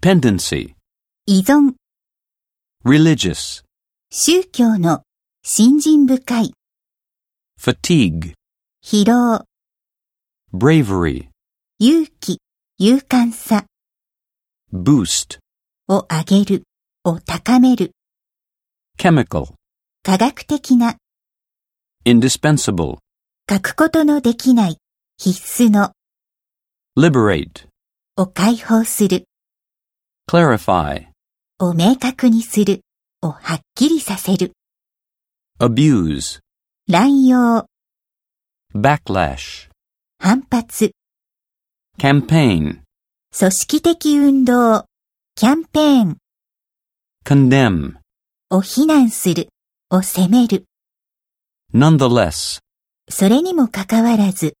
dependency, 依存、 religious, 宗教の、信心深い、 fatigue, 疲労、 bravery, 勇気、勇敢さ boost, を上げる、を高める、 chemical, 科学的な、 indispensable, 書くことのできない、必須の、 liberate, を解放する、 clarify, を明確にする、をはっきりさせる、 abuse, 乱用、 backlash, 反発、 campaign, 組織的運動、キャンペーン、 condemn, を非難する、を責める、 nonetheless. それにもかかわらず、